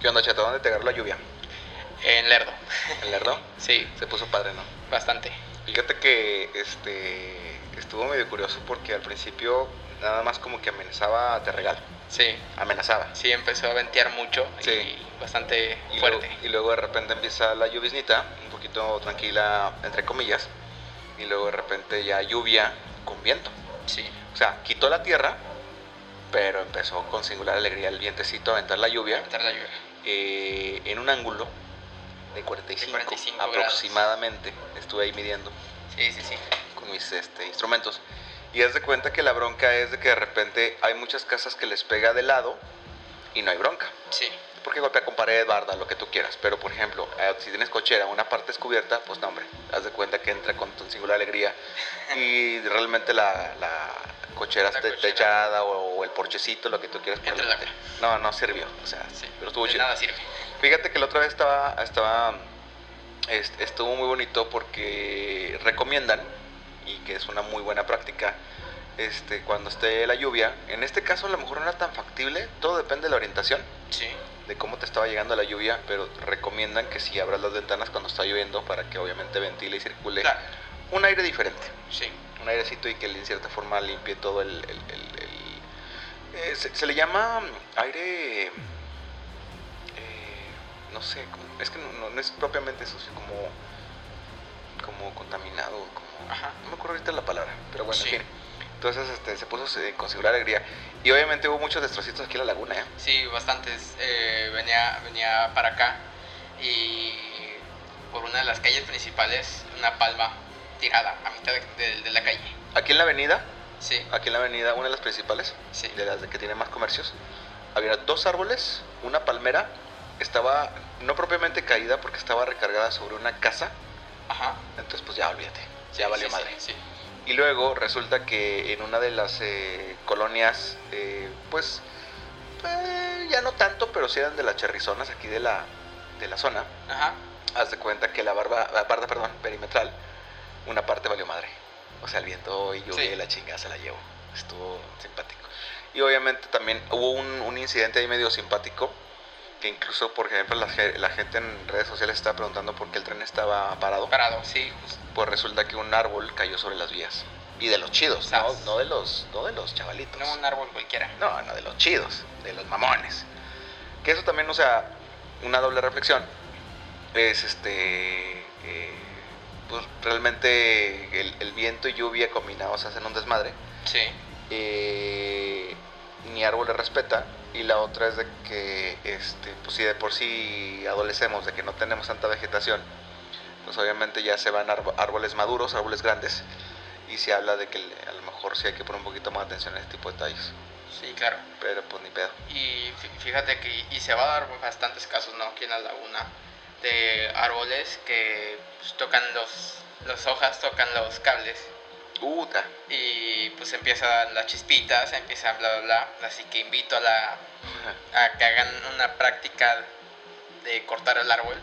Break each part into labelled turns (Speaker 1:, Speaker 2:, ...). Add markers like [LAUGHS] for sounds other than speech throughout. Speaker 1: ¿Qué onda, Cheto? ¿Dónde te agarró la lluvia?
Speaker 2: En Lerdo.
Speaker 1: ¿En Lerdo?
Speaker 2: Sí,
Speaker 1: Se puso padre, ¿no?
Speaker 2: bastante.
Speaker 1: Fíjate que este estuvo medio curioso porque al principio nada más como que amenazaba te regalo.
Speaker 2: Sí,
Speaker 1: Amenazaba.
Speaker 2: sí, empezó a ventear mucho
Speaker 1: Sí.
Speaker 2: y bastante
Speaker 1: Y luego,
Speaker 2: fuerte.
Speaker 1: y luego de repente empieza la lluviznita, un poquito tranquila, entre comillas. Y luego de repente ya lluvia con viento.
Speaker 2: Sí,
Speaker 1: O sea, quitó la tierra, pero empezó con singular alegría el vientecito a aventar la lluvia
Speaker 2: aventar la lluvia.
Speaker 1: eh, en un ángulo de 45,
Speaker 2: De 45 grados.
Speaker 1: aproximadamente. Estuve ahí midiendo
Speaker 2: Sí, sí, sí.
Speaker 1: con mis este, instrumentos. Y haz de cuenta que la bronca es de que de repente hay muchas casas que les pega de lado y no hay bronca.
Speaker 2: Sí,
Speaker 1: Porque golpea con pared, barda, lo que tú quieras. Pero por ejemplo, eh, si tienes cochera, una parte descubierta, pues no, hombre. Haz de cuenta que entra con tu singular
Speaker 2: [LAUGHS]
Speaker 1: alegría. Y realmente la, la cochera
Speaker 2: La
Speaker 1: esté
Speaker 2: cochera.
Speaker 1: techada o, o el porchecito, lo que tú quieras.
Speaker 2: Entra el
Speaker 1: ponerle. No,
Speaker 2: agua.
Speaker 1: no sirvió. O sea,
Speaker 2: sí.
Speaker 1: pero estuvo
Speaker 2: de
Speaker 1: chido.
Speaker 2: nada sirve.
Speaker 1: Fíjate que la otra vez estaba, estaba, est- estuvo muy bonito porque recomiendan y que es una muy buena práctica, este, cuando esté la lluvia. En este caso a lo mejor no era tan factible, todo depende de la orientación,
Speaker 2: Sí,
Speaker 1: de cómo te estaba llegando la lluvia, pero recomiendan que si abras las ventanas cuando está lloviendo para que obviamente ventile y circule
Speaker 2: claro.
Speaker 1: un aire diferente,
Speaker 2: Sí,
Speaker 1: un airecito y que de cierta forma limpie todo el, el- el- el- eh, se, se le llama aire eh, no sé como- es que no, no- no es propiamente sucio como como contaminado como ah,
Speaker 2: Ajá.
Speaker 1: no me acuerdo ahorita la palabra pero bueno
Speaker 2: Sí.
Speaker 1: en fin entonces este, se puso eh, con singular alegría y obviamente hubo muchos destrocitos aquí en la laguna ¿eh?
Speaker 2: sí, bastantes. Eh, venía, venía para acá y por una de las calles principales, una palma tirada a mitad de, de- de la calle.
Speaker 1: aquí en la avenida
Speaker 2: Sí,
Speaker 1: aquí en la avenida una de las principales
Speaker 2: sí.
Speaker 1: de las de que tiene más comercios, había dos árboles, una palmera, estaba no propiamente caída porque estaba recargada sobre una casa,
Speaker 2: Ajá.
Speaker 1: entonces pues ya olvídate, ya
Speaker 2: Sí,
Speaker 1: valió
Speaker 2: sí,
Speaker 1: madre.
Speaker 2: Sí, sí.
Speaker 1: Y luego resulta que en una de las eh, colonias, eh, pues eh, ya no tanto, pero sí eran de las cherrizonas aquí de la, de la zona,
Speaker 2: Ajá.
Speaker 1: haz de cuenta que la barba, la barda, perdón, perimetral, una parte valió madre. O sea, el viento y lluvia
Speaker 2: Sí.
Speaker 1: y la chingada se la llevó. Estuvo simpático. Y obviamente también hubo un, un incidente ahí medio simpático, que incluso, por ejemplo, la, ge- la gente en redes sociales estaba preguntando por qué el tren estaba parado.
Speaker 2: Parado, sí, justo.
Speaker 1: Pues resulta que un árbol cayó sobre las vías. Y de los chidos, no,
Speaker 2: Sas.
Speaker 1: no de los, no de los chavalitos.
Speaker 2: No un árbol cualquiera.
Speaker 1: No, no, de los chidos, de los mamones. Que eso también, o sea, una doble reflexión. Es este. eh, pues realmente el, el viento y lluvia combinados hacen un desmadre.
Speaker 2: Sí.
Speaker 1: Eh, ni árbol le respeta. Y la otra es de que, este, pues si de por sí adolecemos de que no tenemos tanta vegetación, pues obviamente ya se van arbo- árboles maduros, árboles grandes. Y se habla de que le- a lo mejor sí hay que poner un poquito más atención a este tipo de detalles.
Speaker 2: Sí, claro.
Speaker 1: Pero pues ni pedo.
Speaker 2: Y fí- fíjate que y se va a dar bastantes casos, ¿no? Aquí en la laguna de árboles que pues, tocan los las hojas, tocan los cables
Speaker 1: Puta.
Speaker 2: y pues empiezan las chispitas, empieza bla bla bla. Así que invito a la a que hagan una práctica de cortar el árbol.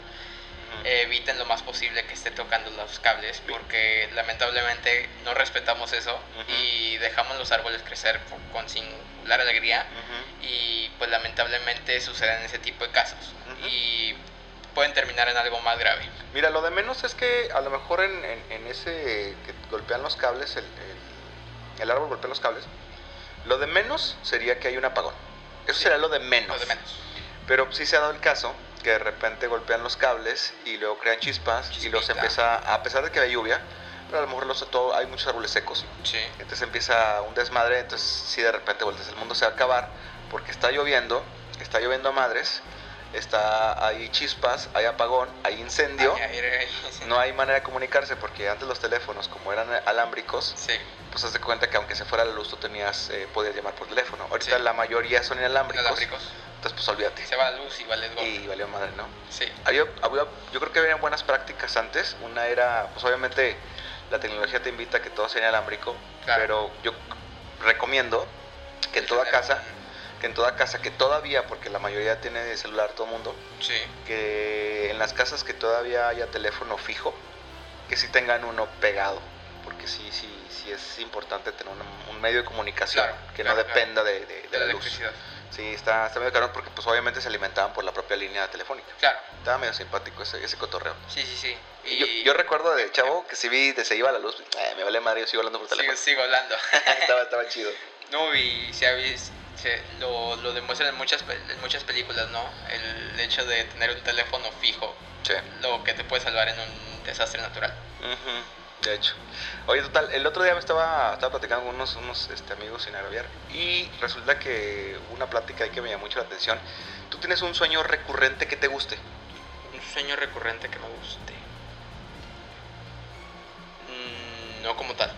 Speaker 2: Eh, Eviten lo más posible que esté tocando los cables porque lamentablemente no respetamos eso
Speaker 1: Ujú.
Speaker 2: y dejamos los árboles crecer po- con singular alegría
Speaker 1: Ujú.
Speaker 2: y pues lamentablemente suceden ese tipo de casos
Speaker 1: Ujú.
Speaker 2: y pueden terminar en algo más grave.
Speaker 1: Mira, lo de menos es que a lo mejor en, en- en ese que golpean los cables, el, el- el árbol golpea los cables, lo de menos sería que hay un apagón. Eso
Speaker 2: Sí.
Speaker 1: sería lo de
Speaker 2: Lo
Speaker 1: menos.
Speaker 2: de menos.
Speaker 1: Pero sí se ha dado el caso que de repente golpean los cables y luego crean chispas y los
Speaker 2: Chispita.
Speaker 1: empieza, a pesar de que hay lluvia, pero a lo mejor los, todo, hay muchos árboles secos.
Speaker 2: Sí,
Speaker 1: Entonces empieza un desmadre, entonces si de repente vueltas el mundo se va a acabar porque está lloviendo, está lloviendo a madres, está hay chispas, hay apagón, hay incendio,
Speaker 2: Ah, ya, era-
Speaker 1: [LAUGHS] no hay manera de comunicarse porque antes los teléfonos como eran alámbricos,
Speaker 2: sí,
Speaker 1: pues haz de cuenta que aunque se fuera la luz tú tenías eh, podías llamar por teléfono. Ahorita
Speaker 2: Sí.
Speaker 1: la mayoría son inalámbricos,
Speaker 2: inalámbricos.
Speaker 1: entonces pues olvídate.
Speaker 2: Se va la luz y va el gol.
Speaker 1: Y valió madre, ¿no?
Speaker 2: Sí,
Speaker 1: Había- había- yo creo que había buenas prácticas antes. Una era, pues obviamente la tecnología te invita a que todo sea inalámbrico,
Speaker 2: Claro.
Speaker 1: pero yo recomiendo que en toda
Speaker 2: Tener
Speaker 1: casa,
Speaker 2: un-
Speaker 1: que en toda casa, que todavía, porque la mayoría tiene celular todo el mundo,
Speaker 2: Sí,
Speaker 1: que en las casas que todavía haya teléfono fijo, que sí tengan uno pegado, porque sí, sí, sí es importante tener un, un medio de comunicación
Speaker 2: Claro,
Speaker 1: que
Speaker 2: claro,
Speaker 1: no
Speaker 2: claro.
Speaker 1: dependa de, de- de
Speaker 2: de la
Speaker 1: la luz.
Speaker 2: electricidad.
Speaker 1: Sí, está, está medio caro porque pues obviamente se alimentaban por la propia línea telefónica.
Speaker 2: Claro.
Speaker 1: Estaba medio simpático ese, ese cotorreo.
Speaker 2: Sí, sí, sí.
Speaker 1: Y yo, yo recuerdo de chavo que si vi, de se iba la luz, eh, me vale madre, yo sigo hablando por
Speaker 2: sigo,
Speaker 1: teléfono.
Speaker 2: sigo hablando. [LAUGHS]
Speaker 1: [LAUGHS] estaba, estaba chido.
Speaker 2: No, y se ha vis- se- lo, lo demuestran en muchas, pel- en muchas películas, ¿no? El hecho de tener un teléfono fijo,
Speaker 1: Sí.
Speaker 2: lo que te puede salvar en un desastre natural.
Speaker 1: Ujú, De hecho. Oye, total, el otro día me estaba, estaba platicando con unos, unos este, amigos sin agraviar y resulta que hubo una plática ahí que me llamó mucho la atención. ¿Tú tienes un sueño recurrente que te guste?
Speaker 2: Un sueño recurrente que me guste. Mm, no como tal,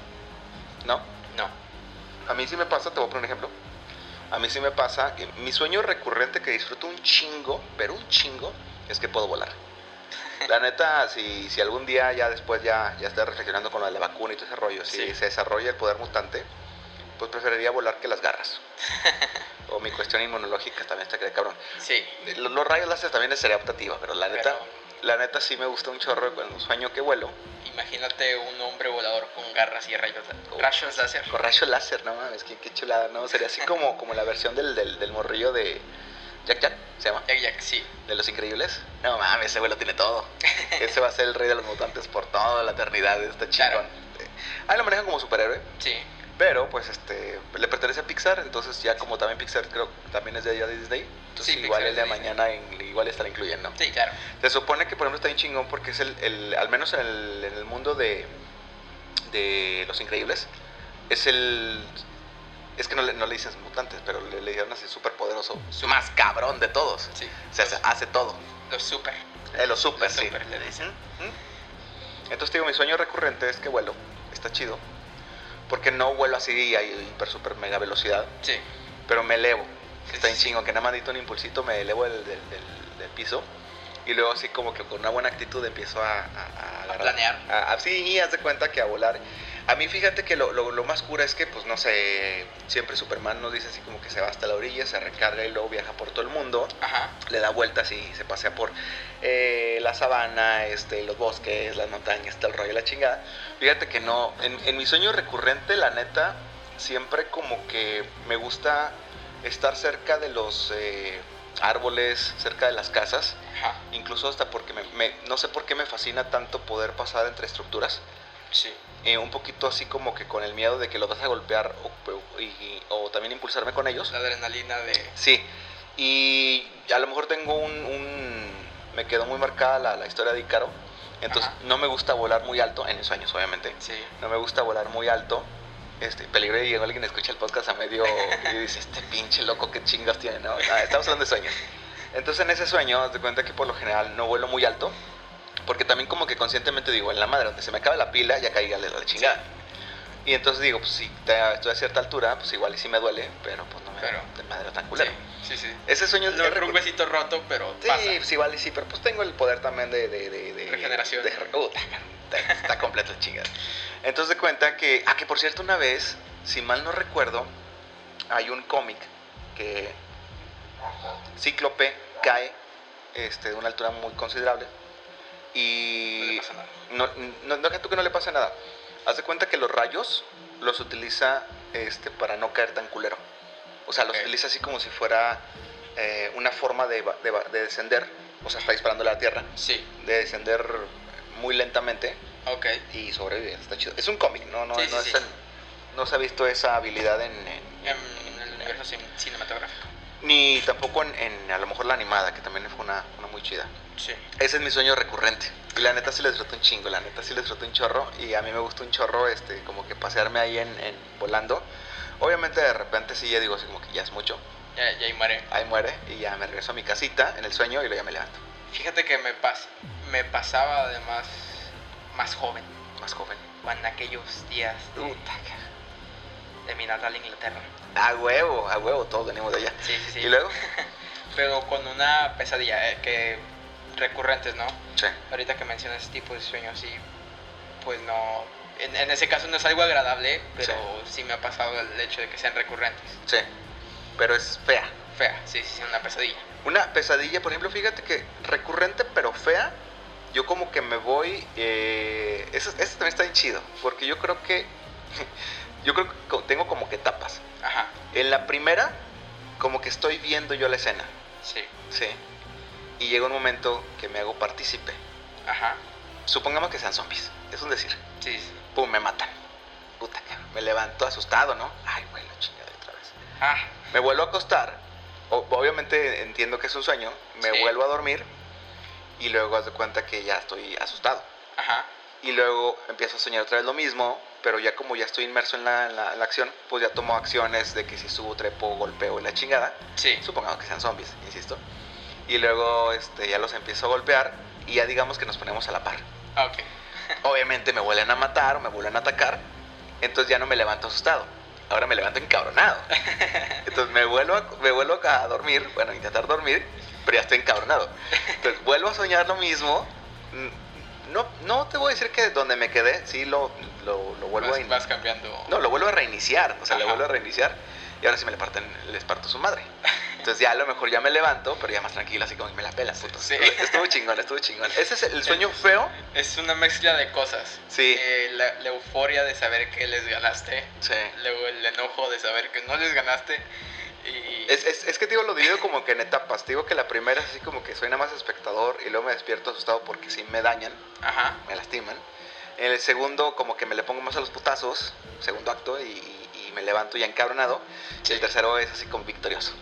Speaker 1: ¿No?
Speaker 2: no.
Speaker 1: A mí sí me pasa, te voy a poner un ejemplo. A mí sí me pasa que mi sueño recurrente que disfruto un chingo, pero un chingo, es que puedo volar. La neta, si, si algún día ya después ya, ya está reflexionando con lo de la vacuna y todo ese rollo, si
Speaker 2: Sí.
Speaker 1: se desarrolla el poder mutante, pues preferiría volar que las
Speaker 2: [LAUGHS]
Speaker 1: garras. o mi cuestión inmunológica también está que de cabrón.
Speaker 2: Sí.
Speaker 1: Los, los rayos láser también sería optativa, pero la neta,
Speaker 2: Pero
Speaker 1: la neta sí me gusta un chorro con un sueño que vuelo.
Speaker 2: imagínate un hombre volador con garras y rayos, la-
Speaker 1: Oh.
Speaker 2: rayos láser.
Speaker 1: Con rayo láser, no mames, qué, qué chulada, ¿no? Sería así como, como la versión del, del, del morrillo de Jack Jack, se llama,
Speaker 2: Ya, ya, sí.
Speaker 1: de Los Increíbles. No mames, ese güey lo tiene
Speaker 2: [LAUGHS]
Speaker 1: todo. Ese va a ser el rey de los mutantes por toda la eternidad, está
Speaker 2: Claro.
Speaker 1: chingón. Ahí lo manejan como superhéroe,
Speaker 2: Sí.
Speaker 1: pero pues este, le pertenece a Pixar, entonces ya como también Pixar creo que también es de allá de Disney, entonces
Speaker 2: Sí,
Speaker 1: igual
Speaker 2: Pixar
Speaker 1: el de
Speaker 2: es de Disney.
Speaker 1: mañana en- igual estará incluyendo.
Speaker 2: Sí, claro.
Speaker 1: Se supone que, por ejemplo, está bien chingón porque es el, el- al menos en el, en el mundo de, de Los Increíbles, es el... Es que no le, no le dicen mutantes, pero le, le dijeron así súper poderoso. Su más cabrón de todos.
Speaker 2: Sí.
Speaker 1: O sea, se hace todo.
Speaker 2: Los super.
Speaker 1: Eh, lo súper,
Speaker 2: Los
Speaker 1: sí.
Speaker 2: super le dicen.
Speaker 1: Ujú. Entonces, te digo, mi sueño recurrente es que vuelo. Está chido. Porque no vuelo así a hiper, super, mega velocidad,
Speaker 2: Sí.
Speaker 1: pero me elevo.
Speaker 2: Sí,
Speaker 1: Está bien
Speaker 2: sí, sí.
Speaker 1: chingo, que nada más necesito un impulsito, me elevo del, del- del- del piso y luego así como que con una buena actitud empiezo a, a, agarrar-
Speaker 2: planear.
Speaker 1: a- a- sí, y haz de cuenta que a volar. A mí fíjate que lo, lo- lo más cura es que, pues no sé, siempre Superman nos dice así como que se va hasta la orilla, se recarga y luego viaja por todo el mundo,
Speaker 2: Ajá.
Speaker 1: le da vueltas y se pasea por eh, la sabana, este, los bosques, las montañas, tal rollo, la chingada. Fíjate que no, en, en mi sueño recurrente, la neta, siempre como que me gusta estar cerca de los eh, árboles, cerca de las casas,
Speaker 2: Ajá.
Speaker 1: incluso hasta porque me, me- no sé por qué me fascina tanto poder pasar entre estructuras.
Speaker 2: Sí.
Speaker 1: eh, un poquito así como que con el miedo de que los vas a golpear o, o- y- o también impulsarme con ellos.
Speaker 2: La adrenalina de.
Speaker 1: Sí, y a lo mejor tengo un... un- me quedó muy marcada la, la historia de Ícaro, entonces
Speaker 2: Ajá.
Speaker 1: no me gusta volar muy alto, en mis sueños obviamente,
Speaker 2: Sí.
Speaker 1: no me gusta volar muy alto, este, peligro de que alguien escucha el podcast a medio y dice, este pinche loco, qué chingas tiene, no, Ah, estamos hablando de sueños. Entonces en ese sueño, haz de cuenta que por lo general no vuelo muy alto, porque también como que conscientemente digo, en la madre, donde se me acabe la pila, ya caiga la chingada. Y entonces digo, pues si te- estoy a cierta altura, pues igual y sí me duele, pero pues no me
Speaker 2: Pero-
Speaker 1: de madre tan culero.
Speaker 2: Sí. Sí, sí.
Speaker 1: Ese sueño es
Speaker 2: No,
Speaker 1: es
Speaker 2: un
Speaker 1: recurrente.
Speaker 2: huesito roto, pero
Speaker 1: Sí,
Speaker 2: pasa.
Speaker 1: pues igual y sí, pero pues tengo el poder también de... de, de, de-
Speaker 2: Regeneración.
Speaker 1: de- uh,
Speaker 2: [LAUGHS]
Speaker 1: está, está completo el chingado. Entonces de cuenta que... Ah, que por cierto una vez, si mal no recuerdo, hay un cómic que Cíclope cae este, de una altura muy considerable
Speaker 2: No le
Speaker 1: y
Speaker 2: pasa nada.
Speaker 1: no, no, no deja tú que no le pase nada. Haz de cuenta que los rayos los utiliza este, para no caer tan culero. O sea, los
Speaker 2: Ok.
Speaker 1: utiliza así como si fuera eh, una forma de, va- de va- de descender. O sea, está disparando a la tierra.
Speaker 2: Sí.
Speaker 1: De descender muy lentamente
Speaker 2: Ok.
Speaker 1: y sobrevivir. Está chido. Es un cómic, ¿no? No,
Speaker 2: Sí,
Speaker 1: no,
Speaker 2: sí,
Speaker 1: es
Speaker 2: sí.
Speaker 1: tan- no se ha visto esa habilidad en... en-
Speaker 2: En el universo cin- cinematográfico.
Speaker 1: ni tampoco en, en, a lo mejor la animada, que también fue una, una muy chida.
Speaker 2: Sí.
Speaker 1: Ese es mi sueño recurrente. Y la neta sí les disfruto un chingo, la neta sí les disfruto un chorro. Y a mí me gusta un chorro, este, como que pasearme ahí en, en- volando. Obviamente de repente sí ya digo así como que ya es mucho.
Speaker 2: Ya, ya ahí muere.
Speaker 1: Ahí muere y ya me regreso a mi casita en el sueño y luego ya me levanto.
Speaker 2: Fíjate que me, pas me pasaba además más joven.
Speaker 1: Más joven.
Speaker 2: En aquellos días de, de mi natal Inglaterra.
Speaker 1: A huevo, a huevo, todos venimos de allá.
Speaker 2: Sí, sí, sí.
Speaker 1: ¿Y luego?
Speaker 2: Pero con una pesadilla eh, que recurrentes, ¿no?
Speaker 1: Sí.
Speaker 2: Ahorita que mencionas ese tipo de sueños, sí, pues no. En, en ese caso no es algo agradable, pero sí. me ha pasado el hecho de que sean recurrentes.
Speaker 1: Sí. Pero es fea.
Speaker 2: Fea, sí, sí, sí, una pesadilla.
Speaker 1: Una pesadilla, por ejemplo, fíjate que recurrente pero fea. Yo como que me voy. Eh, eso, eso también está bien chido. Porque yo creo [LAUGHS] que. Yo creo que co- tengo como que etapas.
Speaker 2: Ajá,
Speaker 1: En la primera como que estoy viendo yo la escena,
Speaker 2: Sí.
Speaker 1: ¿sí? Y llega un momento que me hago partícipe.
Speaker 2: Ajá.
Speaker 1: Supongamos que sean zombies, es un decir.
Speaker 2: Sí. sí.
Speaker 1: Pum, me matan. Puta, cabrón, me levanto asustado, ¿no? Ay, güey, la chingada otra vez.
Speaker 2: Ah,
Speaker 1: Me vuelvo a acostar. o- obviamente entiendo que es un sueño. Me
Speaker 2: Sí.
Speaker 1: vuelvo a dormir. Y luego haz de cuenta que ya estoy asustado.
Speaker 2: ajá.
Speaker 1: Y luego empiezo a soñar otra vez lo mismo. Pero ya como ya estoy inmerso en la, en la- en la acción, pues ya tomo acciones de que si subo, trepo, golpeo y la chingada.
Speaker 2: Sí.
Speaker 1: Supongamos que sean zombies, insisto. Y luego este, ya los empiezo a golpear. Y ya digamos que nos ponemos a la par.
Speaker 2: Ah, Ok.
Speaker 1: Obviamente me vuelven a matar o me vuelven a atacar. Entonces ya no me levanto asustado. Ahora me levanto
Speaker 2: [LAUGHS]
Speaker 1: encabronado. Entonces me vuelvo, a, me vuelvo a dormir, bueno, a intentar dormir, pero ya estoy encabronado. Entonces vuelvo a soñar lo mismo. Mm, No, no te voy a decir que donde me quedé, sí lo, lo, lo vuelvo a
Speaker 2: Vas,
Speaker 1: in-
Speaker 2: vas cambiando.
Speaker 1: No, lo vuelvo a reiniciar. O sea, lo
Speaker 2: Ajá.
Speaker 1: vuelvo a reiniciar. Y ahora sí me le parten, les parto su madre. Entonces ya a lo mejor ya me levanto, pero ya más tranquilo, así como que me la pela, puto.
Speaker 2: Sí.
Speaker 1: Estuvo chingón, estuvo chingón. Ese es el sueño feo.
Speaker 2: Es una mezcla de cosas.
Speaker 1: Sí.
Speaker 2: Eh, la, la euforia de saber que les ganaste.
Speaker 1: Sí.
Speaker 2: Luego el enojo de saber que no les ganaste. Y.
Speaker 1: Es, es- es que te digo, lo divido como que en etapas. Te digo que la primera es así como que soy nada más espectador y luego me despierto asustado porque si me dañan,
Speaker 2: Ajá.
Speaker 1: me lastiman. En el segundo como que me le pongo más a los putazos, segundo acto, y, y- y me levanto ya encabronado. Y el tercero es así como victorioso.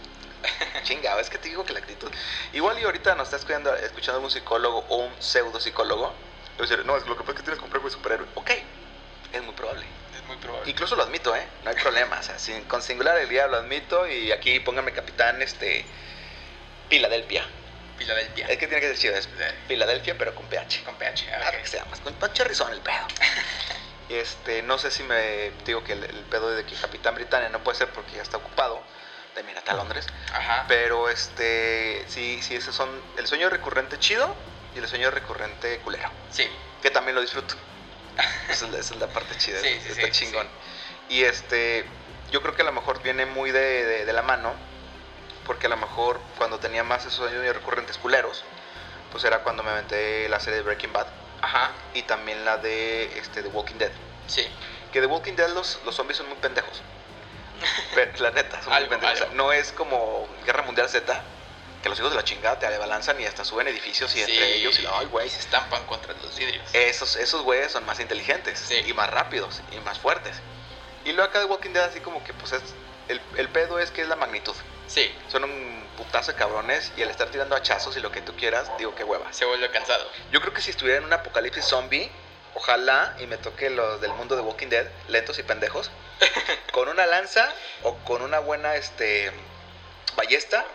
Speaker 1: Chinga, es que te digo que la actitud... Igual y ahorita nos está escuchando, escuchando algún psicólogo o un pseudo psicólogo. y va a decir, no, es que lo que pasa es que tienes complejo de superhéroe. Ok, es muy probable.
Speaker 2: Es muy probable.
Speaker 1: Incluso lo admito, ¿eh? No hay problema. O sea, sin, con singular el día lo admito y aquí póngame capitán, este. Filadelfia.
Speaker 2: Filadelfia.
Speaker 1: Es que tiene que ser chido, es Filadelfia, pero con PH.
Speaker 2: Con PH. ah,
Speaker 1: Eh. Ah,
Speaker 2: ok.
Speaker 1: que sea más, con Pacho Rizón el pedo. Y, Este, no sé si me digo que el, el pedo de que Capitán Britannia no puede ser porque ya está ocupado. De mira, está Londres.
Speaker 2: Ajá.
Speaker 1: Pero este, sí, sí, esos son el sueño recurrente chido y el sueño recurrente culero
Speaker 2: Sí.
Speaker 1: que también lo
Speaker 2: [LAUGHS]
Speaker 1: disfruto. Esa es la, esa es la parte chida,
Speaker 2: Sí, sí,
Speaker 1: está
Speaker 2: sí,
Speaker 1: chingón. Y este, yo creo que a lo mejor viene muy de, de- de la mano, porque a lo mejor cuando tenía más esos años recurrentes culeros, pues era cuando me aventé la serie de Breaking Bad
Speaker 2: Ajá.
Speaker 1: y también la de este, The Walking Dead.
Speaker 2: Sí.
Speaker 1: Que The Walking Dead los, los zombies son muy pendejos.
Speaker 2: [LAUGHS]
Speaker 1: Pero, la neta, son
Speaker 2: Algo,
Speaker 1: muy pendejos. O sea,
Speaker 2: algo.
Speaker 1: no es como Guerra Mundial Z, que los hijos de la chingada te abalanzan y hasta suben edificios y entre ellos y la, ay, güey, Eh.
Speaker 2: Se estampan contra los vidrios.
Speaker 1: esos, esos güeyes son más inteligentes
Speaker 2: Sí.
Speaker 1: y más rápidos y más fuertes. Y luego acá de Walking Dead así como que pues es... El, el pedo es que es la magnitud.
Speaker 2: Sí.
Speaker 1: Son un putazo de cabrones y al estar tirando hachazos y lo que tú quieras, digo que huevas.
Speaker 2: Se vuelve cansado.
Speaker 1: Yo creo que si estuviera en un apocalipsis zombie, ojalá y me toque los del mundo de Walking Dead, lentos y pendejos, con una lanza o con una buena este ballesta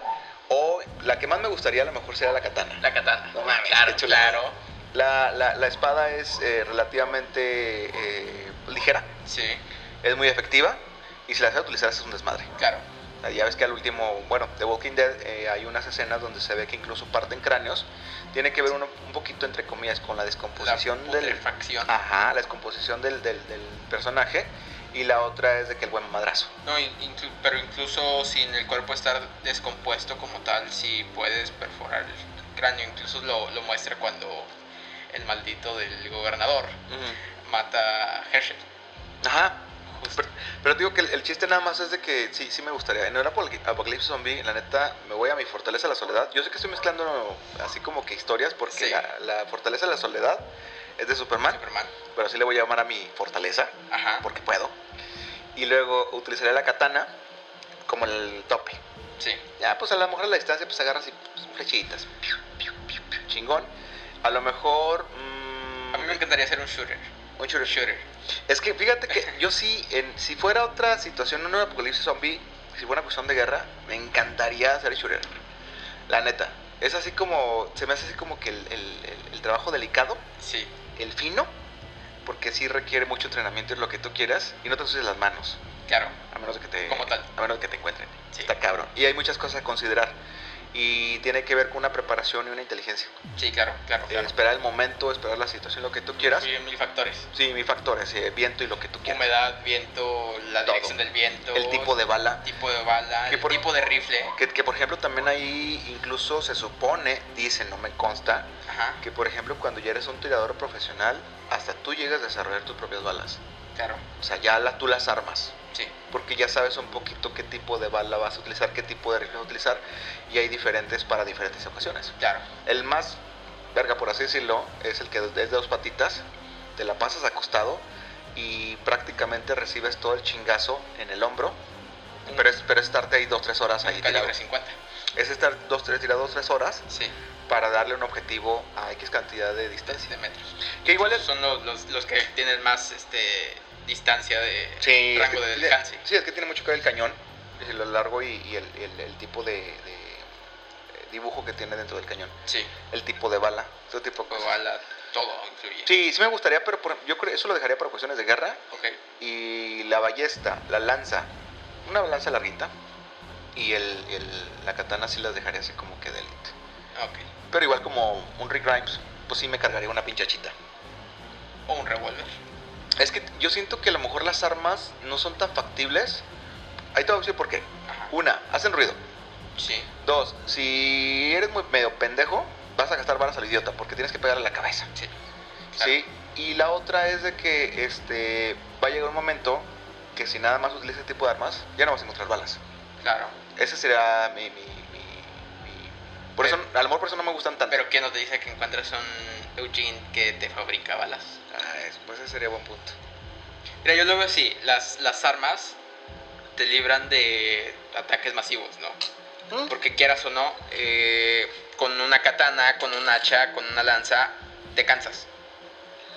Speaker 1: o la que más me gustaría a lo mejor sería la katana.
Speaker 2: La katana.
Speaker 1: No mames,
Speaker 2: Claro,
Speaker 1: qué chulada.
Speaker 2: claro.
Speaker 1: La, la- la espada es eh, relativamente eh, ligera,
Speaker 2: Sí.
Speaker 1: es muy efectiva y si la sabes utilizar es un desmadre.
Speaker 2: Claro.
Speaker 1: O sea, Ya ves que al último, bueno, The Walking Dead eh, hay unas escenas donde se ve que incluso parten cráneos. Tiene que ver uno, un poquito, entre comillas, con la descomposición
Speaker 2: la
Speaker 1: del...
Speaker 2: putrefacción.
Speaker 1: Ajá, la descomposición del, del- del personaje y la otra es de que el buen madrazo.
Speaker 2: No, in- inclu- pero incluso sin el cuerpo estar descompuesto como tal, si puedes perforar el cráneo. Incluso lo, lo muestra cuando el maldito del gobernador mata a Herschel.
Speaker 1: Ajá,
Speaker 2: Justo.
Speaker 1: Pero, pero digo que el, el chiste nada más es de que sí, sí me gustaría. En un apocalip- apocalipsis zombie, la neta, me voy a mi fortaleza de la soledad. Yo sé que estoy mezclando así como que historias porque
Speaker 2: Sí.
Speaker 1: la, la fortaleza de la soledad es de Superman,
Speaker 2: Superman.
Speaker 1: pero así le voy a llamar a mi fortaleza
Speaker 2: Ajá.
Speaker 1: porque puedo. Y luego utilizaré la katana como el tope.
Speaker 2: Sí.
Speaker 1: Ya, pues a lo mejor a la distancia pues agarras y pues, flechitas. Piu, piu, piu, piu, chingón. A lo mejor... mm,
Speaker 2: A mí me encantaría ser un shooter.
Speaker 1: un shooter.
Speaker 2: Shooter.
Speaker 1: Es que fíjate que yo sí, en, si fuera otra situación, un nuevo apocalipsis zombie, si fuera una cuestión de guerra, me encantaría hacer shooter. La neta. Es así como, se me hace así como que el, el- el- el trabajo delicado,
Speaker 2: Sí.
Speaker 1: el fino, porque sí requiere mucho entrenamiento y lo que tú quieras, y no te ensucias las manos,
Speaker 2: Claro.
Speaker 1: a menos de que te,
Speaker 2: Como tal.
Speaker 1: A menos de que te encuentren.
Speaker 2: Sí.
Speaker 1: Eh, Está cabrón. Y hay muchas cosas a considerar. Y tiene que ver con una preparación y una inteligencia.
Speaker 2: Sí, claro, claro,
Speaker 1: Eh,
Speaker 2: claro.
Speaker 1: esperar el momento, esperar la situación, lo que tú quieras.
Speaker 2: Influyen mil factores.
Speaker 1: Sí, mi factores, eh, viento y lo que tú quieras.
Speaker 2: Humedad, viento, la
Speaker 1: Todo.
Speaker 2: dirección del viento.
Speaker 1: el tipo de bala.
Speaker 2: tipo de bala,
Speaker 1: Que
Speaker 2: el
Speaker 1: por-
Speaker 2: tipo de rifle.
Speaker 1: Que, que, por ejemplo también ahí incluso se supone, dicen, no me consta,
Speaker 2: Ajá,
Speaker 1: que por ejemplo cuando ya eres un tirador profesional, hasta tú llegas a desarrollar tus propias balas.
Speaker 2: claro.
Speaker 1: O sea, ya la- tú las armas.
Speaker 2: Sí.
Speaker 1: Porque ya sabes un poquito qué tipo de bala vas a utilizar, qué tipo de rifle vas a utilizar. Y hay diferentes para diferentes ocasiones.
Speaker 2: Claro.
Speaker 1: El más verga, por así decirlo, es el que es de dos patitas. Te la pasas acostado y prácticamente recibes todo el chingazo en el hombro.
Speaker 2: Un-
Speaker 1: Pero, es, pero es estarte ahí dos, tres horas ahí
Speaker 2: Un calibre
Speaker 1: tirado.
Speaker 2: 50.
Speaker 1: Es estar dos, tres, tirado dos, tres horas
Speaker 2: Sí.
Speaker 1: para darle un objetivo a X cantidad de distancia.
Speaker 2: 7 metros.
Speaker 1: Que igual
Speaker 2: Incluso
Speaker 1: es-
Speaker 2: son los, los, los que tienen más este, distancia de
Speaker 1: Sí, es
Speaker 2: rango
Speaker 1: que
Speaker 2: de
Speaker 1: tiene-
Speaker 2: alcance.
Speaker 1: sí, es que tiene mucho que ver el cañón, eh, lo largo y, y el, el- el tipo de, de, eh, dibujo que tiene dentro del cañón,
Speaker 2: Sí.
Speaker 1: el tipo de bala, ese tipo de
Speaker 2: O
Speaker 1: cosas.
Speaker 2: bala, todo influye.
Speaker 1: Sí, sí me gustaría, pero por- yo creo eso lo dejaría para cuestiones de guerra
Speaker 2: Ok.
Speaker 1: y la ballesta, la lanza, una lanza larguita y el, el- la katana sí las dejaría así como que de élite.
Speaker 2: Ah, Ok.
Speaker 1: Pero igual como un Rick Grimes, pues sí me cargaría una pinchachita.
Speaker 2: O un revólver.
Speaker 1: Es que yo siento que a lo mejor las armas no son tan factibles. Ahí te voy a decir por qué.
Speaker 2: Ajá.
Speaker 1: Una, hacen ruido.
Speaker 2: Sí.
Speaker 1: Dos, si eres muy medio pendejo, vas a gastar balas al idiota porque tienes que pegarle a la cabeza.
Speaker 2: Sí. Claro.
Speaker 1: ¿Sí? Y la otra es de que este va a llegar un momento que si nada más utilizas este tipo de armas, ya no vas a encontrar balas.
Speaker 2: Claro.
Speaker 1: Ese será mi... mi, mi- mi- Por eso, a lo mejor por eso no me gustan tanto.
Speaker 2: Pero ¿qué no te dice que encuentras un Eugene que te fabrica balas?
Speaker 1: Ah, es- pues ese sería buen punto.
Speaker 2: Mira, yo lo veo así. Las, las armas te libran de ataques masivos, ¿no?
Speaker 1: Mm.
Speaker 2: Porque quieras o no, eh, con una katana, con un hacha, con una lanza, te cansas.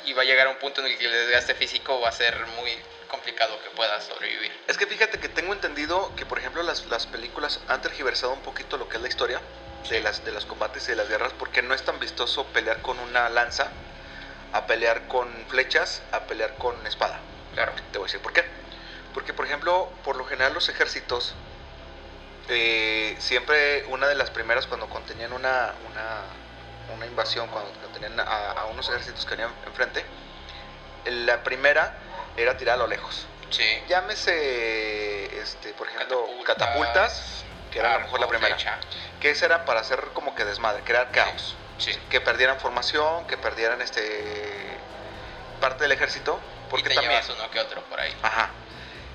Speaker 2: Y va a llegar a un punto en el que el desgaste físico va a ser muy complicado que puedas sobrevivir.
Speaker 1: Es que fíjate que tengo entendido que, por ejemplo, las, las películas han tergiversado un poquito lo que es la historia de, las, de los combates y de las guerras, porque no es tan vistoso pelear con una lanza, a pelear con flechas, a pelear con espada.
Speaker 2: Claro.
Speaker 1: Te voy a decir por qué. Porque, por ejemplo, por lo general los ejércitos, eh, siempre una de las primeras cuando contenían una, una, una invasión, cuando tenían a, a unos ejércitos que venían enfrente, la primera era tirar a lo lejos.
Speaker 2: Sí.
Speaker 1: Llámese, este, por ejemplo, catapultas, que era a lo mejor la
Speaker 2: arco,
Speaker 1: primera.
Speaker 2: flecha.
Speaker 1: que esa era para hacer como que desmadre, crear caos,
Speaker 2: Sí.
Speaker 1: que perdieran formación, que perdieran este parte del ejército, porque
Speaker 2: y te
Speaker 1: también,
Speaker 2: llevas uno que otro por ahí.
Speaker 1: ajá,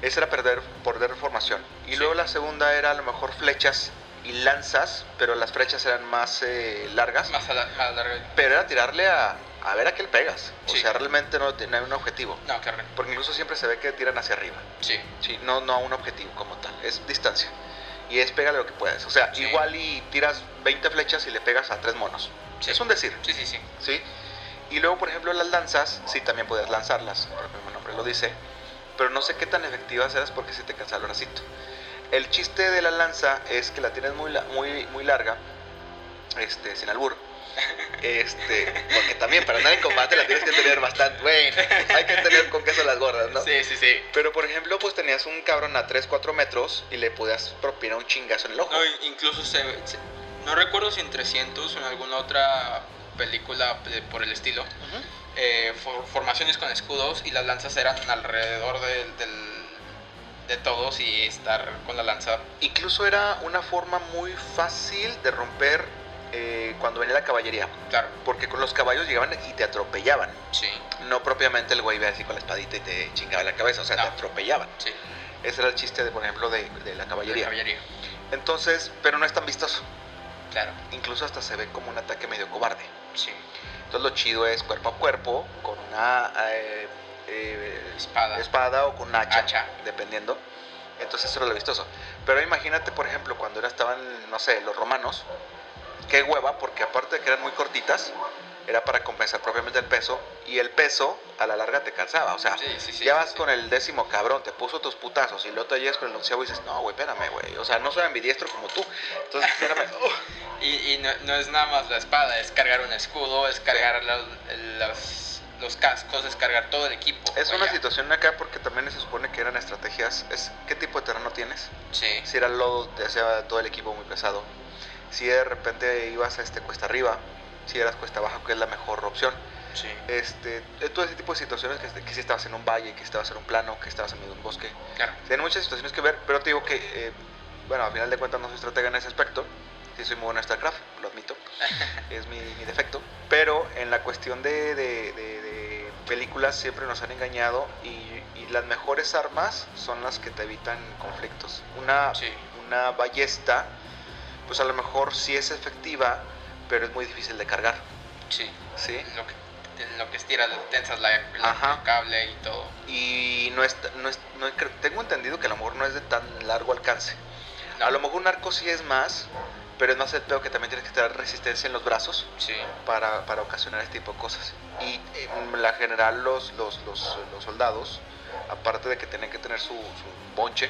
Speaker 1: esa era perder perder formación. Y
Speaker 2: Sí.
Speaker 1: luego la segunda era a lo mejor flechas y lanzas, pero las flechas eran más eh, largas,
Speaker 2: Más, a la- más largo.
Speaker 1: pero era tirarle a, a ver a qué le pegas, o
Speaker 2: Sí.
Speaker 1: sea, realmente no, no hay un objetivo,
Speaker 2: No, claro.
Speaker 1: porque incluso siempre se ve que tiran hacia arriba.
Speaker 2: Sí.
Speaker 1: Sí, no, no a un objetivo como tal, es distancia. Y es pégale lo que puedas. O sea,
Speaker 2: Sí.
Speaker 1: igual y tiras 20 flechas y le pegas a tres monos.
Speaker 2: Sí.
Speaker 1: Es un decir,
Speaker 2: Sí, sí, sí.
Speaker 1: ¿sí? Y luego, por ejemplo, las lanzas, sí, también podías lanzarlas, por el mismo nombre lo dice. Pero no sé qué tan efectivas eras porque se te cansaba el bracito. El chiste de la lanza es que la tienes muy, la- muy, muy larga, este, sin
Speaker 2: [LAUGHS]
Speaker 1: albur. Este, porque también para andar en combate la tienes que tener bastante. Bueno, hay que tener con queso las gordas, ¿no?
Speaker 2: Sí, sí, sí.
Speaker 1: Pero por ejemplo, pues tenías un cabrón a 3, 4 metros y le podías propinar un chingazo en el ojo.
Speaker 2: No, in- incluso se, se- No recuerdo si en 300 o en alguna otra película de- por el estilo.
Speaker 1: Ujú.
Speaker 2: eh, for- formaciones con escudos y las lanzas eran alrededor del- del- de todos y estar con la lanza.
Speaker 1: Incluso era una forma muy fácil de romper eh, cuando venía la caballería.
Speaker 2: Claro,
Speaker 1: Porque con los caballos llegaban y te atropellaban.
Speaker 2: sí,
Speaker 1: No propiamente el güey iba así con la espadita y te chingaba la cabeza, o sea,
Speaker 2: No.
Speaker 1: te atropellaban.
Speaker 2: sí.
Speaker 1: Ese era el chiste, de, por ejemplo, de, de la
Speaker 2: de
Speaker 1: caballería.
Speaker 2: caballería,
Speaker 1: Entonces, pero no es tan vistoso.
Speaker 2: Claro,
Speaker 1: Incluso hasta se ve como un ataque medio cobarde.
Speaker 2: sí.
Speaker 1: Entonces lo chido es cuerpo a cuerpo, con una eh, eh,
Speaker 2: Espada.
Speaker 1: espada o con hacha,
Speaker 2: Hacha.
Speaker 1: dependiendo. Entonces eso era lo vistoso. Pero imagínate, por ejemplo, cuando era- estaban, no sé, los romanos, qué hueva, porque aparte de que eran muy cortitas, era para compensar propiamente el peso, y el peso a la larga te cansaba. O sea,
Speaker 2: Sí, sí, sí,
Speaker 1: ya
Speaker 2: sí,
Speaker 1: vas
Speaker 2: sí.
Speaker 1: con el décimo cabrón, te puso tus putazos, y luego te llegas con el onceavo y dices, no, güey, espérame, güey. O sea, no soy ambidiestro como tú. Entonces, espérame.
Speaker 2: [LAUGHS]
Speaker 1: Uf.
Speaker 2: Y, y no, no es nada más la espada, es cargar un escudo, es cargar la- las- los cascos, es cargar todo el equipo.
Speaker 1: es una
Speaker 2: vaya.
Speaker 1: situación acá porque también se supone que eran estrategias. Es, ¿Qué tipo de terreno tienes?
Speaker 2: Sí,
Speaker 1: si era lodo te hacía todo el equipo muy pesado si de repente ibas a este cuesta arriba si eras cuesta abajo que es la mejor opción
Speaker 2: sí,
Speaker 1: este eh, todo ese tipo de situaciones que, que si estabas en un valle que estabas en un plano que estabas en medio de un bosque
Speaker 2: claro.
Speaker 1: tienen muchas situaciones que ver pero te digo que eh, bueno al final de cuentas no soy estratega en ese aspecto sí soy muy bueno en StarCraft lo admito es mi, mi defecto pero en la cuestión de, de- de- de películas siempre nos han engañado y, y las mejores armas son las que te evitan conflictos. Una,
Speaker 2: Sí.
Speaker 1: una ballesta, pues a lo mejor sí es efectiva, pero es muy difícil de cargar.
Speaker 2: Sí.
Speaker 1: ¿Sí?
Speaker 2: Lo que, lo que estira, lo tensas la, la-
Speaker 1: Ajá.
Speaker 2: el cable y todo.
Speaker 1: Y no es, no es- no creo- tengo entendido que a lo mejor no es de tan largo alcance.
Speaker 2: No.
Speaker 1: A lo mejor un arco sí es más, pero es más el peor que también tienes que tener resistencia en los brazos
Speaker 2: Sí.
Speaker 1: para, para ocasionar este tipo de cosas. Y eh, en la general los, los, los, los soldados, aparte de que tienen que tener su, su bonche,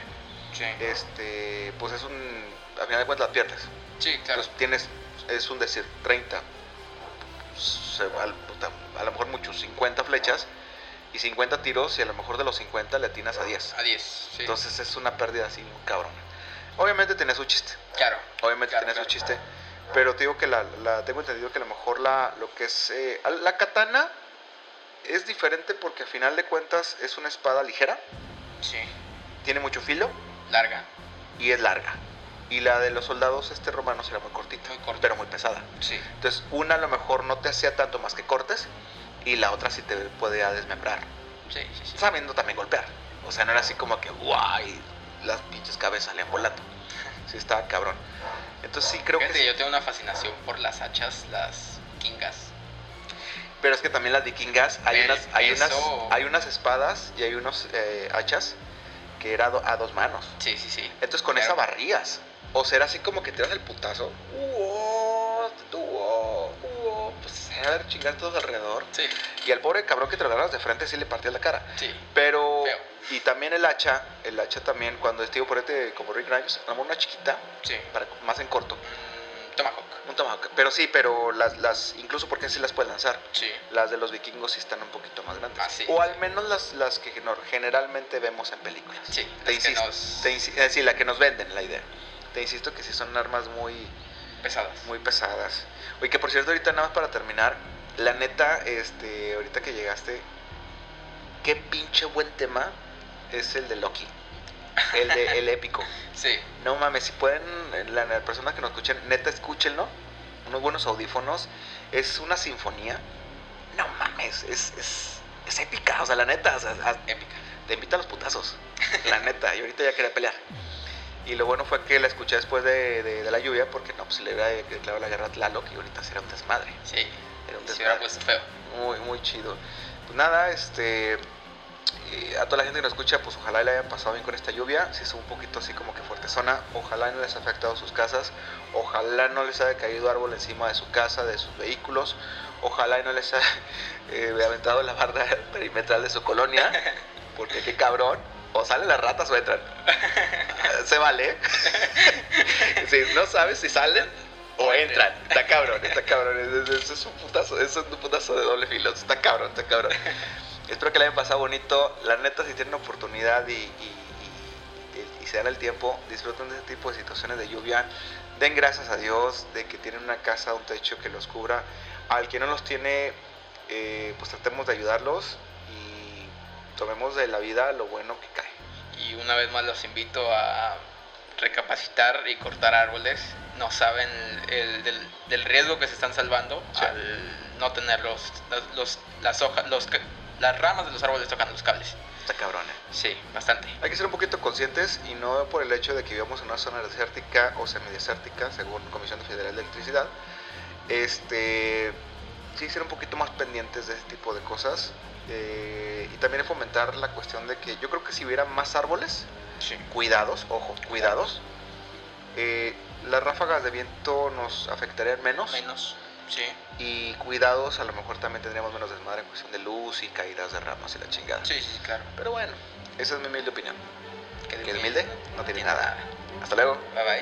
Speaker 2: Sí.
Speaker 1: este, pues es un, a final de cuentas las pierdes.
Speaker 2: Sí, claro.
Speaker 1: Entonces tienes, es un decir, 30, se va al- puta, a lo mejor muchos, 50 flechas y 50 tiros y a lo mejor de los 50 le atinas a 10.
Speaker 2: A 10. Ah, Sí.
Speaker 1: Entonces es una pérdida así, muy cabrón. Obviamente tenía su chiste,
Speaker 2: claro.
Speaker 1: obviamente
Speaker 2: Claro,
Speaker 1: tenía
Speaker 2: claro.
Speaker 1: su chiste, pero te digo que la, la- tengo entendido que a lo mejor la, lo que es, eh, a- la katana es diferente porque a final de cuentas es una espada ligera,
Speaker 2: Sí.
Speaker 1: tiene mucho filo
Speaker 2: Larga.
Speaker 1: y es larga. Y la de los soldados este romanos era muy cortita,
Speaker 2: Muy corta.
Speaker 1: pero muy pesada.
Speaker 2: Sí.
Speaker 1: Entonces, una a lo mejor no te hacía tanto más que cortes y la otra sí te podía desmembrar,
Speaker 2: Sí, sí, sí.
Speaker 1: sabiendo también golpear. O sea, no era así como que guay, las pinches cabezas le volando. [LAUGHS] Sí, estaba cabrón. Entonces, sí, creo que
Speaker 2: Fíjate,
Speaker 1: sí.
Speaker 2: yo tengo una fascinación por las hachas, las kingas.
Speaker 1: Pero es que también las vikingas, hay,
Speaker 2: El
Speaker 1: unas, hay, unas,
Speaker 2: peso.
Speaker 1: hay unas espadas y hay unos eh, hachas que era do- a dos manos.
Speaker 2: Sí, sí, sí.
Speaker 1: Entonces, con
Speaker 2: Claro.
Speaker 1: esa barrías. O sea, era así como que tiras el putazo. ¡Uo! ¡Uo! ¡Uo! Pues a ver, chingar todos alrededor.
Speaker 2: Sí,
Speaker 1: Y al pobre cabrón que te lo agarras de frente sí le partía la cara.
Speaker 2: sí.
Speaker 1: Pero.
Speaker 2: Feo.
Speaker 1: Y también el hacha, el hacha también, cuando estuvo por este, como Rick Grimes, armó una chiquita,
Speaker 2: Sí.
Speaker 1: para, más en corto,
Speaker 2: Mm, Tomahawk.
Speaker 1: un tomahawk. Pero sí, pero las, las, incluso porque sí las puedes lanzar.
Speaker 2: Sí.
Speaker 1: Las de los vikingos sí están un poquito más grandes.
Speaker 2: Ah, sí.
Speaker 1: o al menos las, las que no- generalmente vemos en películas.
Speaker 2: Sí.
Speaker 1: Te
Speaker 2: las que
Speaker 1: insisto,
Speaker 2: nos-
Speaker 1: Te insi- eh, sí, la que nos venden, la idea. Te insisto que sí son armas muy,
Speaker 2: pesadas.
Speaker 1: muy pesadas. Oye, que por cierto, ahorita nada más para terminar, la neta, este, ahorita que llegaste, qué pinche buen tema es el de Loki, el de el épico.
Speaker 2: Sí.
Speaker 1: No mames, si pueden, la, la persona que nos escuchen, neta, escúchenlo, unos buenos audífonos, es una sinfonía. No mames, es, es, es épica, o sea, la neta, o sea, haz-
Speaker 2: Épica.
Speaker 1: te invita a los putazos, [LAUGHS] la neta, y ahorita ya quería pelear. Y lo bueno fue que la escuché después de, de- de la lluvia, porque no, pues le hubiera declarado la guerra a Tlaloc y ahorita será un desmadre.
Speaker 2: Sí.
Speaker 1: Era un
Speaker 2: Si
Speaker 1: desmadre.
Speaker 2: hubiera puesto feo.
Speaker 1: Muy, muy chido. Pues nada, este. eh, a toda la gente que nos escucha, pues ojalá le haya pasado bien con esta lluvia. Si es un poquito así como que fuerte zona, ojalá no les haya afectado sus casas, ojalá no les haya caído árbol encima de su casa, de sus vehículos, ojalá y no les haya eh, aventado la barda [LAUGHS] perimetral de su colonia, porque qué cabrón. O salen las ratas o entran. Se vale. [LAUGHS] si no sabes si salen o entran. Está cabrón, está cabrón. Es, es- es un putazo, es un putazo de doble filo. Está cabrón, está cabrón. Espero que la hayan pasado bonito. La neta, si tienen oportunidad y, y- y- y se dan el tiempo, disfruten de este tipo de situaciones de lluvia. Den gracias a Dios de que tienen una casa, un techo que los cubra. Al que no los tiene, eh, pues tratemos de ayudarlos y tomemos de la vida lo bueno que cae.
Speaker 2: Y una vez más los invito a recapacitar y cortar árboles. No saben el, del, del riesgo que se están salvando
Speaker 1: Sí.
Speaker 2: al no tener los, los- los- las hojas, los, ca- las ramas de los árboles tocan los cables.
Speaker 1: Está cabrón, ¿eh?
Speaker 2: Sí, bastante.
Speaker 1: Hay que ser un poquito conscientes y no por el hecho de que vivamos en una zona desértica o semidesértica, según Comisión Federal de Electricidad, este, sí ser un poquito más pendientes de ese tipo de cosas eh, y también fomentar la cuestión de que yo creo que si hubiera más árboles,
Speaker 2: Sí.
Speaker 1: cuidados, ojo, cuidados, eh, las ráfagas de viento nos afectarían menos
Speaker 2: Menos. Sí.
Speaker 1: y cuidados a lo mejor también tendríamos menos desmadre en cuestión de luz y caídas de ramas y la chingada.
Speaker 2: Sí, sí, claro.
Speaker 1: Pero bueno, esa es mi humilde opinión.
Speaker 2: Que
Speaker 1: Que es humilde, no tiene nada. Hasta luego.
Speaker 2: Bye bye.